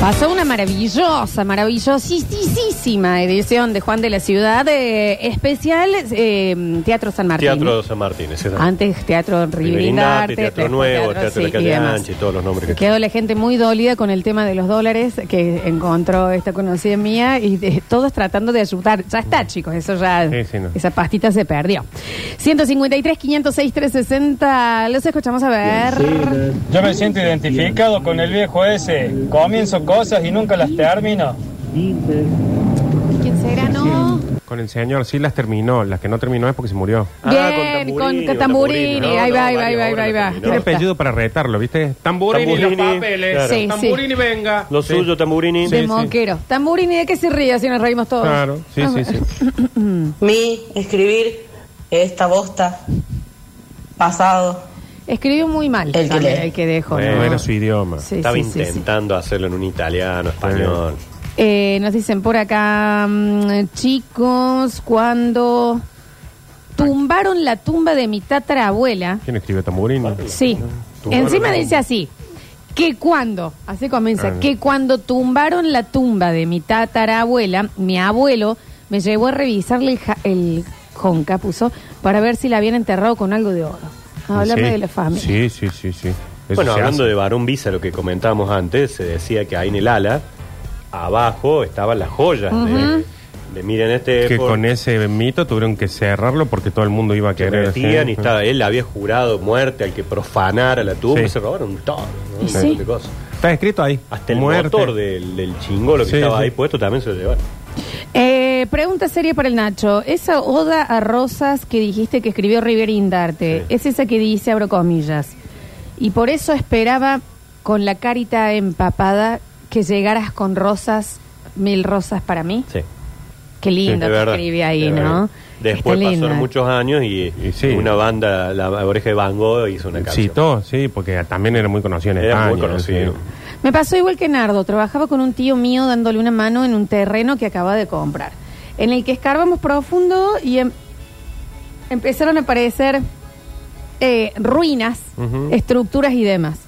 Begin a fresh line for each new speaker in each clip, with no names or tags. Pasó una maravillosa, maravillosísima edición de Juan de la Ciudad, eh, especial eh, Teatro San Martín.
Teatro de San Martín, ¿sí?
Ah,
Antes Teatro Ribrindarte,
Ribrindarte, Teatro
después
pues,
Nuevo, Teatro de la
sí,
Calle
y demás.
Ancha y todos los nombres que
Quedó la gente muy dolida con el tema de los dólares que encontró esta conocida mía y de- todos tratando de ayudar. Ya está, chicos, eso ya.
Sí, sí, no.
Esa pastita se perdió. 153, 506, 360. Los escuchamos a ver.
Yo me siento identificado con el viejo ese. Comienzo cosas y nunca las termino.
¿Quién será, no?
Con el señor, sí las terminó. Las que no terminó es porque se murió.
Ah,
Bien,
con
con
Tamburini,
Tamburini.
Tamburini, no,
ahí
no,
va, ahí va, ahí
varias
va, ahí va, ahí
obras
va.
también,
Tiene
Ahí está.
apellido para retarlo, ¿viste? Tamburini,
Tamburini,
los papeles.
claro.
Sí,
Tamburini,
sí.
venga.
Lo
Sí.
suyo,
De
Tamburini.
Sí, sí.
moquero. Tamburini, ¿de qué se ríe si nos reímos todos?
Claro, sí,
Ah,
sí, sí.
Mi escribir esta bosta pasado.
Escribió muy mal.
El que
también,
lee.
el que dejó.
Bueno,
¿no?
era su idioma.
Sí,
Estaba
sí, sí, sí.
intentando hacerlo en un italiano, español.
Eh, nos dicen por acá, mm, chicos, cuando tumbaron la tumba de mi tatarabuela,
¿Quién escribe Tamburini? Ah,
sí,
Tumbaron
encima
la
dice
tumba.
así, que cuando, así comienza,
Ah.
que cuando tumbaron la tumba de mi tatarabuela, mi abuelo me llevó a revisarle el, ja- el jonca, puso, para ver si la habían enterrado con algo de oro. Hablarme
Ah, Sí.
de la familia.
Sí, sí, sí, sí. Eso
Bueno,
se
hablando
hace.
de Barón Visa, lo que comentábamos antes, se decía que ahí en el ala, abajo estaban las joyas de, de miren este
Que
por-
con ese mito tuvieron que cerrarlo porque todo el mundo iba a
se
querer.
metían
hacer-
y estaba, él había jurado muerte al que profanara la tumba
Sí.
y se robaron todo, ¿no?
Y
un
sí.
montón de cosas.
Está escrito ahí.
Hasta el
Muerte.
motor del, del chingolo que
Sí,
estaba
sí.
ahí puesto también se lo llevaron.
Eh, pregunta seria para el Nacho. Esa oda a rosas que dijiste que escribió River Indarte,
Sí.
es esa que dice, abro comillas, y por eso esperaba con la carita empapada que llegaras con rosas, mil rosas para mí.
Sí.
Qué lindo
de
que
verdad,
escribí
de
ahí,
verdad.
¿no?
Después
Está
pasaron
linda.
muchos años y,
Y sí.
una banda, la oreja de Van Gogh, hizo una canción.
Sí, todo, sí, porque también era muy conocido en
Era muy
España,
conocido.
sí.
Me pasó igual que Nardo. Trabajaba con un tío mío dándole una mano en un terreno que acaba de comprar, en el que escarbamos profundo y em- empezaron a aparecer eh, ruinas, estructuras y demás.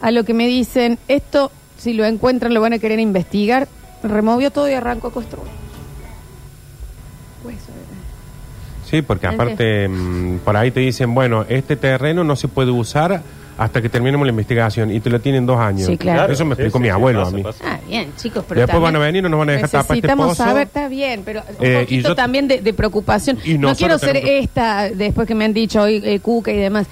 A lo que me dicen, esto, si lo encuentran, lo van a querer investigar. Removió todo y arrancó a construir. Pues, eh,
Sí, porque
Así
aparte mm, por ahí te dicen, bueno, este terreno no se puede usar hasta que terminemos la investigación y te lo tienen dos años.
Sí, claro.
Eso me
sí,
explicó
sí,
mi
sí,
abuelo
pasa,
a mí.
pasa.
Ah, bien, chicos, pero también
Después van a venir y nos van a dejar tapar este
necesitamos
pozo.
saber, está bien, pero un
Eh, y
poquito
yo-
también de, de preocupación.
Y
no
nosotros
quiero ser
tenemos que-
esta, después que me han dicho hoy eh, Cuca y demás.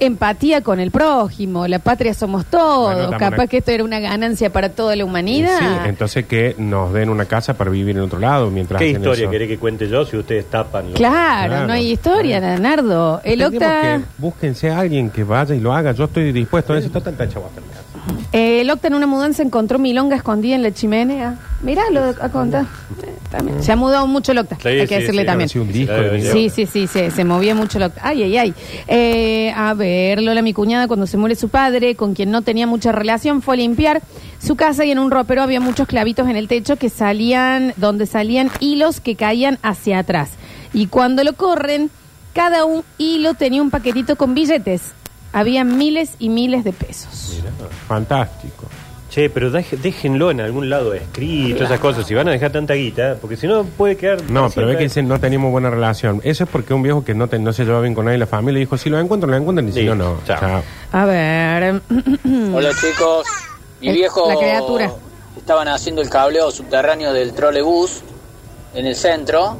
Empatía con el prójimo, la patria somos todos.
Bueno, dame
Capaz
una-
que esto era una ganancia para toda la humanidad.
Sí, entonces que nos den una casa para vivir en otro lado mientras
¿Qué
hacen
historia
eso.
querés que cuente yo si ustedes tapan? lo-
Claro,
Claro.
no hay historia, Leonardo. El
Tendríamos
Octa,
que búsquense a alguien que vaya y lo haga. Yo estoy dispuesto a eso. Total, está hecha guapa.
eh, el Octa en una mudanza encontró milonga escondida en la chimenea. Mirá, lo a contar. Eh, también. Se ha mudado mucho el Octa,
Sí,
hay que
sí,
decirle
sí,
también.
Sí, un disco de vinilo.
Sí, sí, sí, se, se movía mucho. la- Ay, ay, ay. Eh, a ver, Lola, mi cuñada, cuando se muere su padre, con quien no tenía mucha relación, fue a limpiar su casa y en un ropero había muchos clavitos en el techo que salían, donde salían hilos que caían hacia atrás. Y cuando lo corren, cada un hilo tenía un paquetito con billetes. Había miles y miles de pesos.
Fantástico.
Che, pero dej- déjenlo en algún lado escrito, esas cosas. Si van a dejar tanta guita, porque si no puede quedar.
No,
para
pero ve que
siempre.
dicen no teníamos buena relación. Eso es porque un viejo que no, te- no se llevaba bien con nadie en la familia dijo, si lo encuentro, lo encuentran y si
Sí,
no, no.
chao.
Chao.
A ver.
Hola chicos, mi
El-
viejo
Mm. la criatura.
estaban haciendo el cableo subterráneo del trolebús en el centro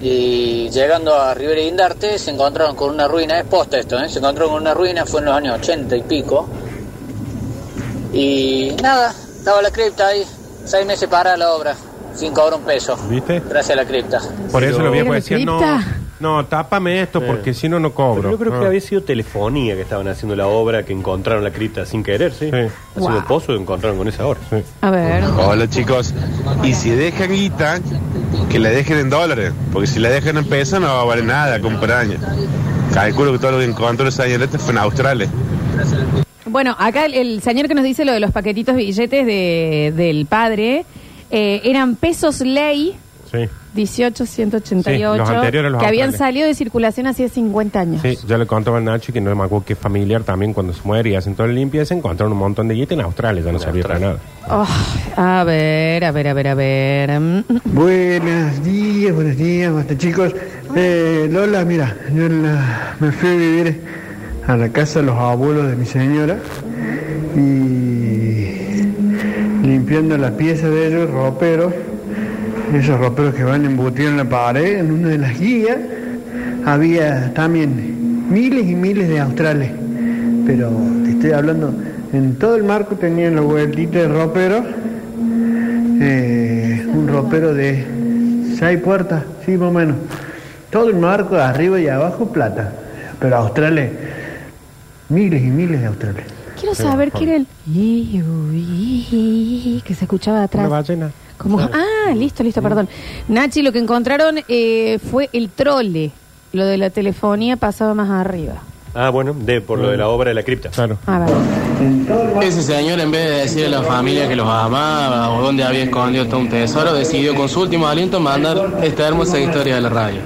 y llegando a Rivera Indarte se encontraron con una ruina, es posta esto, ¿eh? se encontraron con una ruina, fue en los años 80 y pico y nada, estaba la cripta ahí, seis meses para la obra, sin cobrar un peso,
¿Viste?
gracias a la cripta.
Por eso
Pero-
los viejos
¿Era
decían, no,
cripta?
no, tápame esto porque si no, no cobro.
Pero yo creo que
Ah.
había sido telefonía que estaban haciendo la obra, que encontraron la cripta sin querer, ¿sí?
Sí.
Haciendo
Wow.
el pozo y encontraron con esa obra.
Sí.
A ver.
Hola chicos, y si dejan guita, que la dejen en dólares, porque si la dejan en pesos no va a valer nada, compañía. Calculo que todo lo que encontró esa señorita fue en Australia.
Bueno, acá el, el señor que nos dice lo de los paquetitos de billetes de- del padre eh, eran pesos ley
Sí,
18188,
Sí, los anteriores, los
que habían
actuales.
salido de circulación hacía 50 años.
sí. Yo le contaba a Nacho que no me acuerdo que familiar también cuando se muere y hacen todo el limpieza encontraron un montón de guita en Australia, ya no
En
servía para
Australia.
nada.
Oh, a ver, a ver, a ver, a ver. Mm, mm,
Buenos días, buenos días, basta chicos. Eh, Lola, mira, yo la- me fui a vivir a la casa de los abuelos de mi señora y limpiando la pieza de ellos, roperos, esos roperos que van embutidos en la pared, en una de las guías, había también miles y miles de australes, pero te estoy hablando, en todo el marco tenían la vueltita de roperos. Eh, un ropero de seis puertas, sí, más o menos. Todo el marco, de arriba y abajo, plata. Pero australes, miles y miles de australes.
Quiero saber qué era el iu, iu, que se escuchaba de
Una Mm.
atrás.
ballena.
Como, ah, listo, listo, perdón. Nachi, lo que encontraron eh, fue el trole. Lo de la telefonía pasaba más arriba.
Ah, bueno, de, por lo de la obra de la cripta.
Mm. Claro.
A ver.
Ese señor, en vez de decir a la familia que los amaba o dónde había escondido todo un tesoro, decidió con su último aliento mandar esta hermosa historia de la radio.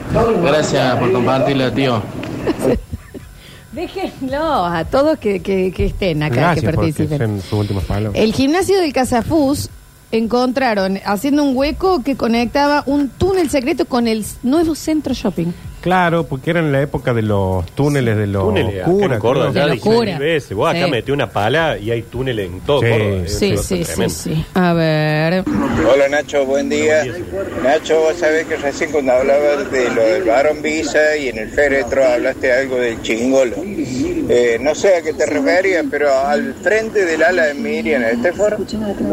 Gracias por compartirla, tío.
Déjenlo a todos que, que- que estén acá, que
Gracias por
participen.
en sus últimas palabras.
El gimnasio del Cazafús encontraron haciendo un hueco que conectaba un túnel secreto con el s- nuevo centro shopping.
Claro, porque era en la época de los túneles de los
Túneles, acá en
curas,
Córdoba,
creo.
ya
De
dije
locura.
mil veces. Vos acá
Sí.
metió una pala y hay túneles en todo
Sí.
Córdoba. Es
Sí,
una cosa
sí, sí,
tremenda.
sí. A ver.
Hola Nacho, buen día. Nacho, vos sabés que recién cuando hablabas de lo del varón Visa y en el féretro hablaste algo del chingolo. Eh, no sé a qué te referías, pero al frente del ala de Miriam Estefan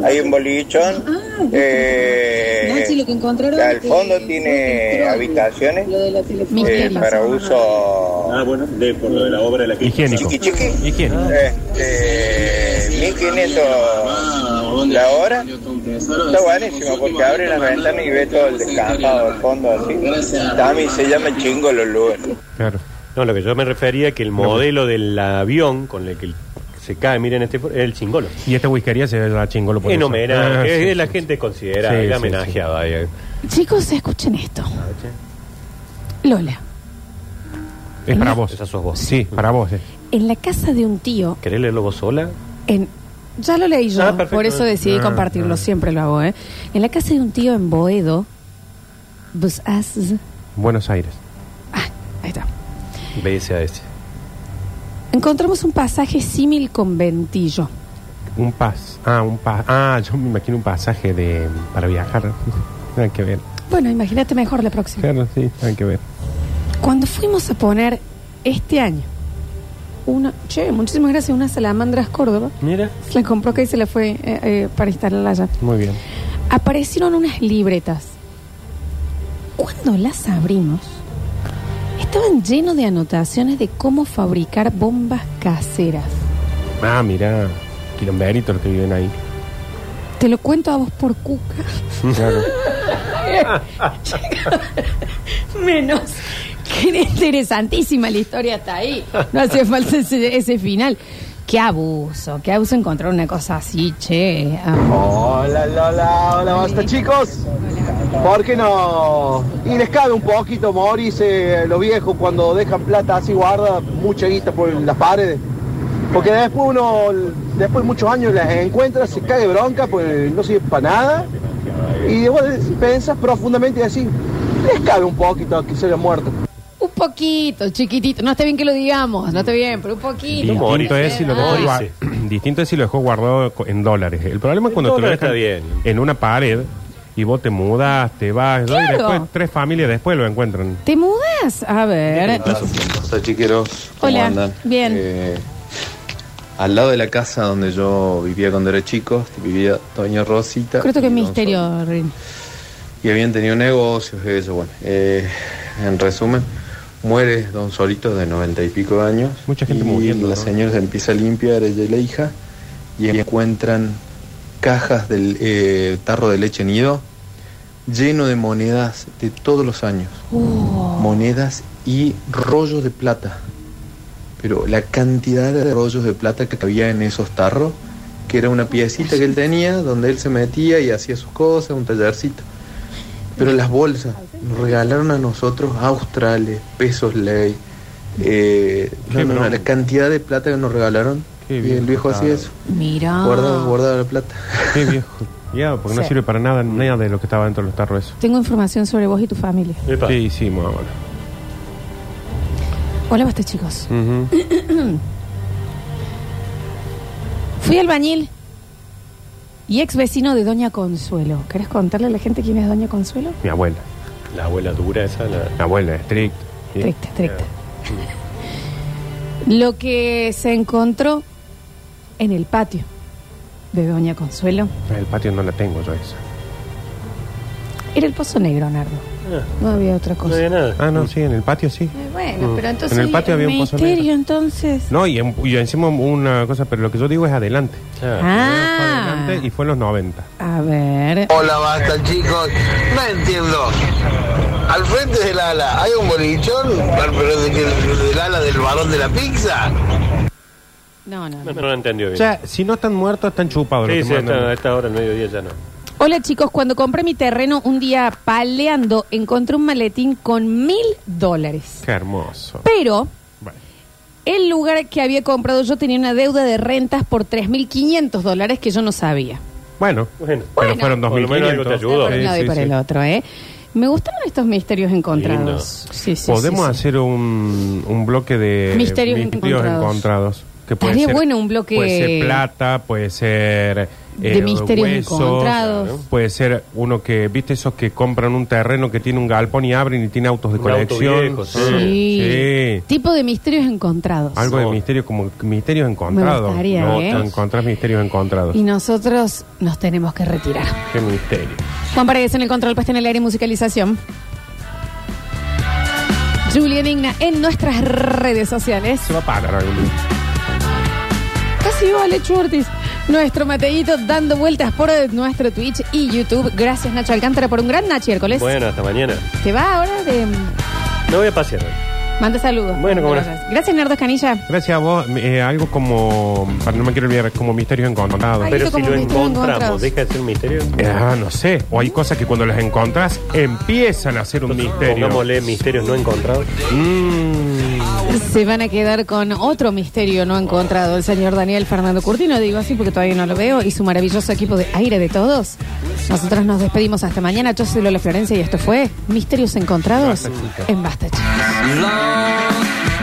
hay un bolichón. Eh, que al fondo tiene habitaciones eh,
Misterio.
para uso
Ah, bueno, de, por lo de la obra de la
Higiénico.
chiqui chiqui.
Higiénico.
Este, 1500 la hora. Está buenísimo porque abre la ventana y ve todo el descampado al fondo así. Tami se llama chingo los lugares.
Claro.
No, lo que yo me refería es que el modelo del avión con el que se cae, miren, este es el chingolo.
Y esta whiskería se la chingó lo
En homenaje,
Ah,
es
sí,
de
sí,
la
sí.
gente considera
Sí, sí,
el homenajeado ahí.
Chicos, escuchen esto. Lola,
Es para vos.
Esa sos vos.
Sí, para vos. eh.
en la casa de un tío,
¿Querés leerlo vos sola?
en ya lo leí yo,
Ah, perfecto.
por eso decidí
Ah,
compartirlo,
ah.
siempre lo hago, ¿eh? En la casa de un tío en Boedo, Bus- as-
Buenos Aires.
ah, ahí está.
Bese a ese.
Encontramos un pasaje símil con ventillo.
Un pas. Ah, un pas. Ah, yo me imagino un pasaje de para viajar. hay que ver.
Bueno, imagínate mejor la próxima.
Claro, sí, hay que ver.
Cuando fuimos a poner este año una. Che, muchísimas gracias, una salamandras Córdoba.
Mira.
Se la compró que se la fue eh, eh, para instalarla allá.
Muy bien.
Aparecieron unas libretas. Cuando las abrimos, estaban llenos de anotaciones de cómo fabricar bombas caseras.
Ah, mira. Quilomberitos los que viven ahí.
Te lo cuento a vos por cuca.
Claro.
Menos. Qué interesantísima la historia hasta ahí. No hacía falta ese, ese final. Qué abuso, qué abuso encontrar una cosa así, che. Ah,
Hola, hola, hola, basta chicos. ¿Por qué no? Y les cabe un poquito, morirse los viejos cuando dejan plata así guarda, mucha guita por las paredes. Porque después uno, después de muchos años las encuentra, se cae de bronca, pues no sirve para nada. Y vos pensás profundamente y así, les cabe un poquito que se hayan muerto.
Un poquito, chiquitito. No está bien que lo digamos, no está bien, pero un poquito.
Bien.
Distinto
Morís.
es, si lo
Ah.
dejó
Morís.
guar- distinto es si lo dejó guardado co- en dólares. El problema es
En
cuando te lo
dólares está
dejan
bien.
en una pared y vos te mudas, te vas, ¿no?
Claro.
y después tres familias después lo encuentran.
¿Te mudas? A ver.
Hola chiqueros, ¿cómo
Hola,
andan?
bien.
Eh, al lado de la casa donde yo vivía cuando era chico, vivía Doña Rosita.
Creo que
y
es
Don
misterio, Rin.
Sol- Y habían tenido negocios, eso, bueno. eh, en resumen, muere Don Solito de noventa y pico de años.
Mucha gente
y
muriendo,
La
¿no?
señora se empieza a limpiar, ella y la hija, y encuentran cajas del eh, tarro de leche nido lleno de monedas de todos los años monedas y rollos de plata. Pero la cantidad de rollos de plata que había en esos tarros, que era una piecita que él tenía, donde él se metía y hacía sus cosas, un tallercito. Pero las bolsas nos regalaron a nosotros australes, pesos ley, eh, no, no, no, la cantidad de plata que nos regalaron.
Qué
y el viejo hacía eso.
Mira.
Guarda, guarda la plata.
Qué viejo. Ya, porque no
Sí.
sirve para nada, nada de lo que estaba dentro de los tarros. eso.
Tengo información sobre vos y tu familia.
¿Qué hicimos ahora?
Hola, basta, chicos.
Ujú.
Fui albañil y ex vecino de Doña Consuelo. ¿Querés contarle a la gente quién es Doña Consuelo?
Mi abuela.
La abuela dura esa, la...
Mi abuela, estricta. Sí.
Estricta, estricta. Lo que se encontró en el patio de Doña Consuelo
El patio no la tengo yo esa.
era el pozo negro, Nardo. No había otra cosa.
nada.
Ah, no, sí, en el patio sí.
Eh, Bueno,
Mm.
pero entonces.
En el patio había un pozo negro.
misterio, entonces.
No, y, en- y encima una cosa, pero lo que yo digo es adelante.
Ah,
Adelante, y fue en los 90.
a ver.
Hola, basta chicos. No entiendo. Al frente del ala hay un bolichón, pero de que- del ala del varón de la pizza.
No, no.
No, no lo entendió
O
bien.
sea, si no están muertos, están chupados.
Sí,
los
sí,
que
a
mandan.
esta, a esta hora, al mediodía, ya no.
Hola chicos, cuando compré mi terreno un día paleando, encontré un maletín con mil dólares.
Qué hermoso.
Pero
Bueno.
el lugar que había comprado yo tenía una deuda de rentas por 3.500 dólares que yo no sabía.
Bueno,
Bueno.
pero fueron
Por lo menos algo te
2.500.
ayudó.
Por
Sí,
un lado y
sí,
por
sí.
el otro, ¿eh? Me gustaron estos misterios encontrados. Sí, sí,
Podemos
sí, sí.
hacer un, un bloque de
Misterios encontrados.
encontrados, que puede
Estaría
ser-
bueno un bloque-
Puede ser plata, puede ser. eh,
De misterios encontrados.
Puede ser uno que, viste, esos que compran un terreno que tiene un galpón y abren y tiene autos de
Un auto
colección.
viejo, sí.
Sí.
Sí.
Tipo de misterios encontrados.
Algo de misterio, como misterios encontrados.
gustaría,
no,
¿eh?
te encontrás misterios encontrados.
Y nosotros nos tenemos que retirar.
Qué misterio.
Juan Paredes en el control, puesta en el aire y musicalización. Julián Igna en nuestras redes sociales.
Se va a pagar algún día.
Casi vale Churtis. Nuestro Mateito dando vueltas por eh, nuestro Twitch y YouTube. Gracias Nacho Alcántara por un gran Nachiércoles.
Bueno, hasta mañana.
Te va ahora de... mm,
No voy a pasear hoy.
Manda saludos.
Bueno, cómo no.
Gracias Nardo Escanilla.
Gracias a vos, eh, algo como, para no me quiero olvidar, como misterios encontrados.
Ay,
Pero
eso
si
como
lo
un misterio
encontramos,
encontrados.
deja de ser un misterio.
Eh, Ah, no sé. O hay cosas que cuando las encontrás empiezan a ser un misterio.
Pongámosle misterios no encontrados.
Mm.
Se van a quedar con otro misterio no encontrado. El señor Daniel Fernando Curtino, digo así porque todavía no lo veo, y su maravilloso equipo de aire de todos. Nosotros nos despedimos hasta mañana. Yo soy Lola Florencia y esto fue Misterios Encontrados en Basta Chicos.
Long